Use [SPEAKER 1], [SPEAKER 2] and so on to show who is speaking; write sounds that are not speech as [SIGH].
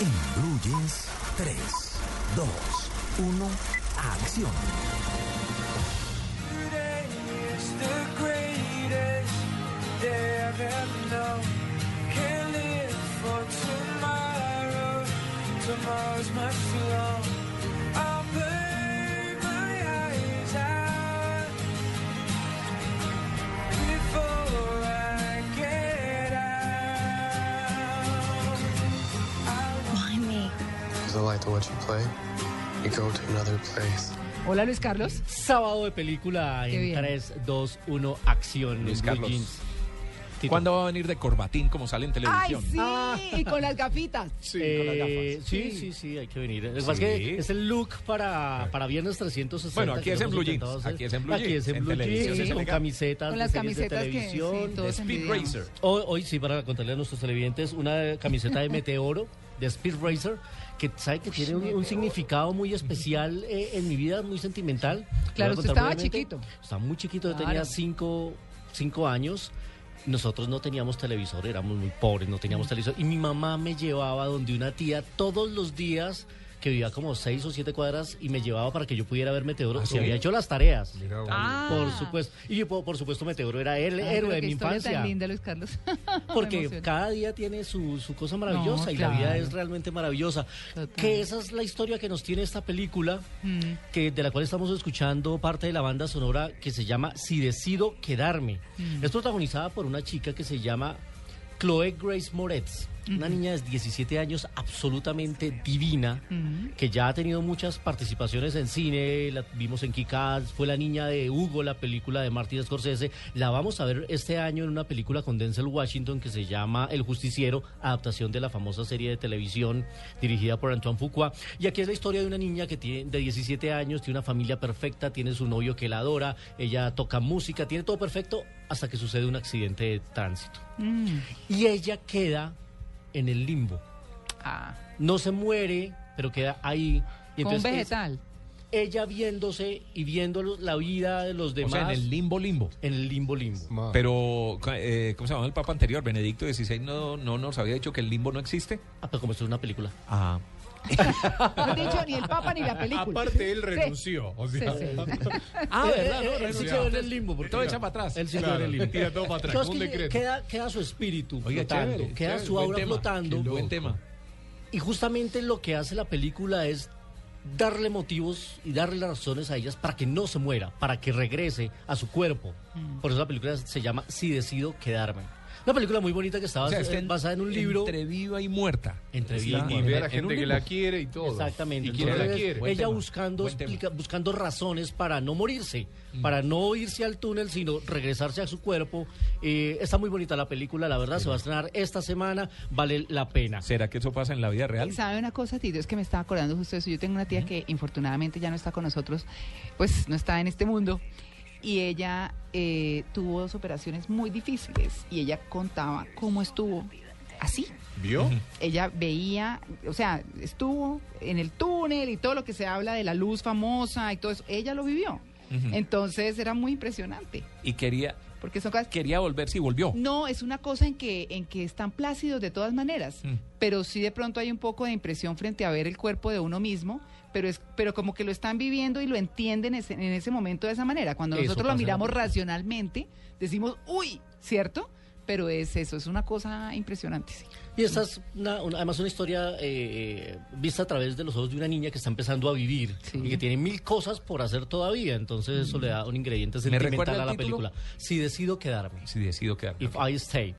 [SPEAKER 1] En Blue Jeans, 3, 2, 1, acción.
[SPEAKER 2] Today is the greatest day I've ever known. Can't live for tomorrow. Tomorrow's much too long. I'll burn my eyes out before I get out.
[SPEAKER 3] Why me?
[SPEAKER 4] Because I like to watch you play. You go to another place.
[SPEAKER 5] Hola Luis Carlos.
[SPEAKER 6] Sábado de película
[SPEAKER 5] Qué
[SPEAKER 6] en
[SPEAKER 5] bien.
[SPEAKER 6] 3, 2, 1, acción.
[SPEAKER 7] Luis
[SPEAKER 6] Blue
[SPEAKER 7] Carlos.
[SPEAKER 6] Jeans. Tito.
[SPEAKER 7] ¿Cuándo va a venir de corbatín como sale en
[SPEAKER 5] Ay,
[SPEAKER 7] televisión?
[SPEAKER 5] sí, y con las gafitas.
[SPEAKER 7] Sí,
[SPEAKER 6] Eh, sí, sí, sí, hay que venir. Lo que pasa es que es el look para, para viernes 360.
[SPEAKER 7] Bueno, aquí
[SPEAKER 6] que
[SPEAKER 7] es
[SPEAKER 6] lo
[SPEAKER 7] en
[SPEAKER 6] hemos
[SPEAKER 7] Blue Jeans,
[SPEAKER 6] intentado hacer.
[SPEAKER 7] aquí es en Blue
[SPEAKER 6] Aquí es
[SPEAKER 7] Jeans,
[SPEAKER 6] en
[SPEAKER 7] en
[SPEAKER 6] Blue
[SPEAKER 7] televisión
[SPEAKER 6] Jeans,
[SPEAKER 5] se
[SPEAKER 6] con
[SPEAKER 7] elega.
[SPEAKER 6] camisetas.
[SPEAKER 5] Con
[SPEAKER 6] de
[SPEAKER 5] las
[SPEAKER 6] series de
[SPEAKER 5] camisetas que sí,
[SPEAKER 6] televisión.
[SPEAKER 5] todos
[SPEAKER 7] Speed
[SPEAKER 5] envidiamos.
[SPEAKER 7] Racer.
[SPEAKER 6] Hoy, hoy sí, para contarle a nuestros televidentes, una camiseta de Meteoro, de Speed Racer, que sabe que tiene un, un significado muy especial eh, en mi vida, muy sentimental.
[SPEAKER 5] Claro,
[SPEAKER 6] Lo voy
[SPEAKER 5] usted
[SPEAKER 6] a contar
[SPEAKER 5] estaba
[SPEAKER 6] brevemente.
[SPEAKER 5] chiquito.
[SPEAKER 6] Estaba muy chiquito, yo
[SPEAKER 5] Claro.
[SPEAKER 6] tenía cinco, cinco años. Nosotros no teníamos televisor, éramos muy pobres, no
[SPEAKER 5] Mm.
[SPEAKER 6] teníamos televisor. Y mi mamá me llevaba donde una tía todos los días que vivía como seis o siete cuadras y me llevaba para que yo pudiera ver Meteoro.
[SPEAKER 7] Ah,
[SPEAKER 6] si
[SPEAKER 7] sí.
[SPEAKER 6] había hecho las tareas.
[SPEAKER 7] Mira, bueno.
[SPEAKER 5] Ah.
[SPEAKER 6] Por supuesto. Y yo, por por supuesto, Meteoro era el
[SPEAKER 5] Ay, pero
[SPEAKER 6] héroe de
[SPEAKER 5] qué
[SPEAKER 6] mi
[SPEAKER 5] historia
[SPEAKER 6] infancia.
[SPEAKER 5] tan linda, Luis Carlos. Me
[SPEAKER 6] Porque
[SPEAKER 5] emociona.
[SPEAKER 6] cada día tiene su, su cosa maravillosa
[SPEAKER 5] No,
[SPEAKER 6] y
[SPEAKER 5] claro.
[SPEAKER 6] la vida es realmente maravillosa.
[SPEAKER 5] Total.
[SPEAKER 6] Que esa es la historia que nos tiene esta película,
[SPEAKER 5] Mm.
[SPEAKER 6] que, de la cual estamos escuchando parte de la banda sonora que se llama Si Decido Quedarme.
[SPEAKER 5] Mm.
[SPEAKER 6] Es protagonizada por una chica que se llama Chloe Grace Moretz, una niña de 17 años absolutamente divina,
[SPEAKER 5] Mm.
[SPEAKER 6] que ya ha tenido muchas participaciones en cine, la vimos en Kikaz, fue la niña de Hugo, la película de Martin Scorsese, la vamos a ver este año en una película con Denzel Washington que se llama El Justiciero, adaptación de la famosa serie de televisión dirigida por Antoine Fuqua. Y aquí es la historia de una niña que tiene de 17 años, tiene una familia perfecta, tiene su novio que la adora, ella toca música, tiene todo perfecto hasta que sucede un accidente de tránsito.
[SPEAKER 5] Mm.
[SPEAKER 6] Y ella queda en el limbo.
[SPEAKER 5] Ah,
[SPEAKER 6] No se muere, pero queda ahí. Y
[SPEAKER 5] con un
[SPEAKER 6] entonces es-
[SPEAKER 5] vegetal.
[SPEAKER 6] ella viéndose y viendo lo- la vida de los
[SPEAKER 7] O
[SPEAKER 6] demás
[SPEAKER 7] sea, en el limbo limbo.
[SPEAKER 6] en el limbo limbo.
[SPEAKER 7] Ah. Pero, ca- eh, ¿cómo se llamaba el papa anterior? Benedicto XVI no, no nos había dicho que el limbo no existe.
[SPEAKER 6] Ah, pero como esto es una película.
[SPEAKER 7] Ah.
[SPEAKER 5] No he dicho ni el Papa ni la película.
[SPEAKER 8] Aparte, él
[SPEAKER 5] Sí.
[SPEAKER 8] renunció. O
[SPEAKER 5] Sí,
[SPEAKER 8] sea,
[SPEAKER 5] sí.
[SPEAKER 7] Ah, ¿verdad?
[SPEAKER 6] Él-
[SPEAKER 7] No,
[SPEAKER 6] él- él sí
[SPEAKER 7] renunció.
[SPEAKER 6] quedó en el limbo. Porque
[SPEAKER 7] Todo echa para atrás.
[SPEAKER 6] Él sí quedó en
[SPEAKER 8] claro,
[SPEAKER 6] el
[SPEAKER 7] [LAUGHS]
[SPEAKER 6] limbo.
[SPEAKER 8] tira todo para atrás.
[SPEAKER 6] Entonces,
[SPEAKER 8] un
[SPEAKER 6] que
[SPEAKER 8] decreto.
[SPEAKER 6] queda, queda su espíritu
[SPEAKER 7] Oiga,
[SPEAKER 6] flotando,
[SPEAKER 7] chévere,
[SPEAKER 6] queda
[SPEAKER 7] chévere,
[SPEAKER 6] su
[SPEAKER 7] buen
[SPEAKER 6] aura
[SPEAKER 7] tema,
[SPEAKER 6] flotando.
[SPEAKER 7] Buen tema.
[SPEAKER 6] Y justamente lo que hace la película es darle motivos y darle las razones a ellas para que no se muera, para que regrese a su cuerpo. Por eso la película se llama Si decido quedarme. Una película muy bonita que estaba eh,
[SPEAKER 7] O sea, está en-
[SPEAKER 6] basada en un libro.
[SPEAKER 7] Entre viva y muerta.
[SPEAKER 6] Entre
[SPEAKER 7] Está-
[SPEAKER 8] Y,
[SPEAKER 6] viva
[SPEAKER 8] y ve a la
[SPEAKER 6] en
[SPEAKER 8] gente
[SPEAKER 6] un
[SPEAKER 8] que
[SPEAKER 6] limbo.
[SPEAKER 8] la quiere y todo.
[SPEAKER 6] Exactamente.
[SPEAKER 8] Y quién la
[SPEAKER 6] Entonces,
[SPEAKER 8] quiere.
[SPEAKER 7] Buen
[SPEAKER 6] Ella
[SPEAKER 7] tema,
[SPEAKER 6] buscando,
[SPEAKER 7] buen tema. Mm.
[SPEAKER 6] explica- buscando razones para no morirse, para no irse al túnel, sino regresarse a su cuerpo. Eh, está muy bonita la película, la verdad, se va a estrenar esta semana, vale la pena.
[SPEAKER 7] ¿Será que eso pasa en la vida real?
[SPEAKER 5] Y sabe una cosa, Tito, es que me estaba acordando justo de eso. Yo tengo una tía que infortunadamente ya no está con nosotros, pues no está en este mundo. Y ella eh, tuvo dos operaciones muy difíciles y ella contaba cómo estuvo así.
[SPEAKER 8] ¿Vio?
[SPEAKER 5] Ella veía, o sea, estuvo en el túnel y todo lo que se habla de la luz famosa y todo eso. Ella lo vivió.
[SPEAKER 7] Ujú.
[SPEAKER 5] Entonces era muy impresionante.
[SPEAKER 7] Y quería,
[SPEAKER 5] Porque son cosas que
[SPEAKER 7] quería volver si volvió.
[SPEAKER 5] no, es una cosa en que, en que están plácidos de todas maneras,
[SPEAKER 7] Mm.
[SPEAKER 5] pero sí de pronto hay un poco de impresión frente a ver el cuerpo de uno mismo, pero es, pero como que lo están viviendo y lo entienden ese- en ese momento de esa manera. Cuando
[SPEAKER 6] Eso
[SPEAKER 5] nosotros
[SPEAKER 6] pasa
[SPEAKER 5] lo
[SPEAKER 6] en la
[SPEAKER 5] miramos
[SPEAKER 6] película.
[SPEAKER 5] racionalmente, decimos, uy, ¿cierto? Pero es eso, es una cosa impresionante. sí.
[SPEAKER 6] Y esta es una- una- además una historia eh, vista a través de los ojos de una niña que está empezando a vivir
[SPEAKER 5] Sí.
[SPEAKER 6] y que tiene mil cosas por hacer todavía. Entonces eso le da un ingrediente
[SPEAKER 7] Mm. ¿Me recuerda
[SPEAKER 6] sentimental a
[SPEAKER 7] el
[SPEAKER 6] la
[SPEAKER 7] título?
[SPEAKER 6] película. Si decido quedarme,
[SPEAKER 7] Si decido quedarme.
[SPEAKER 6] if I stay.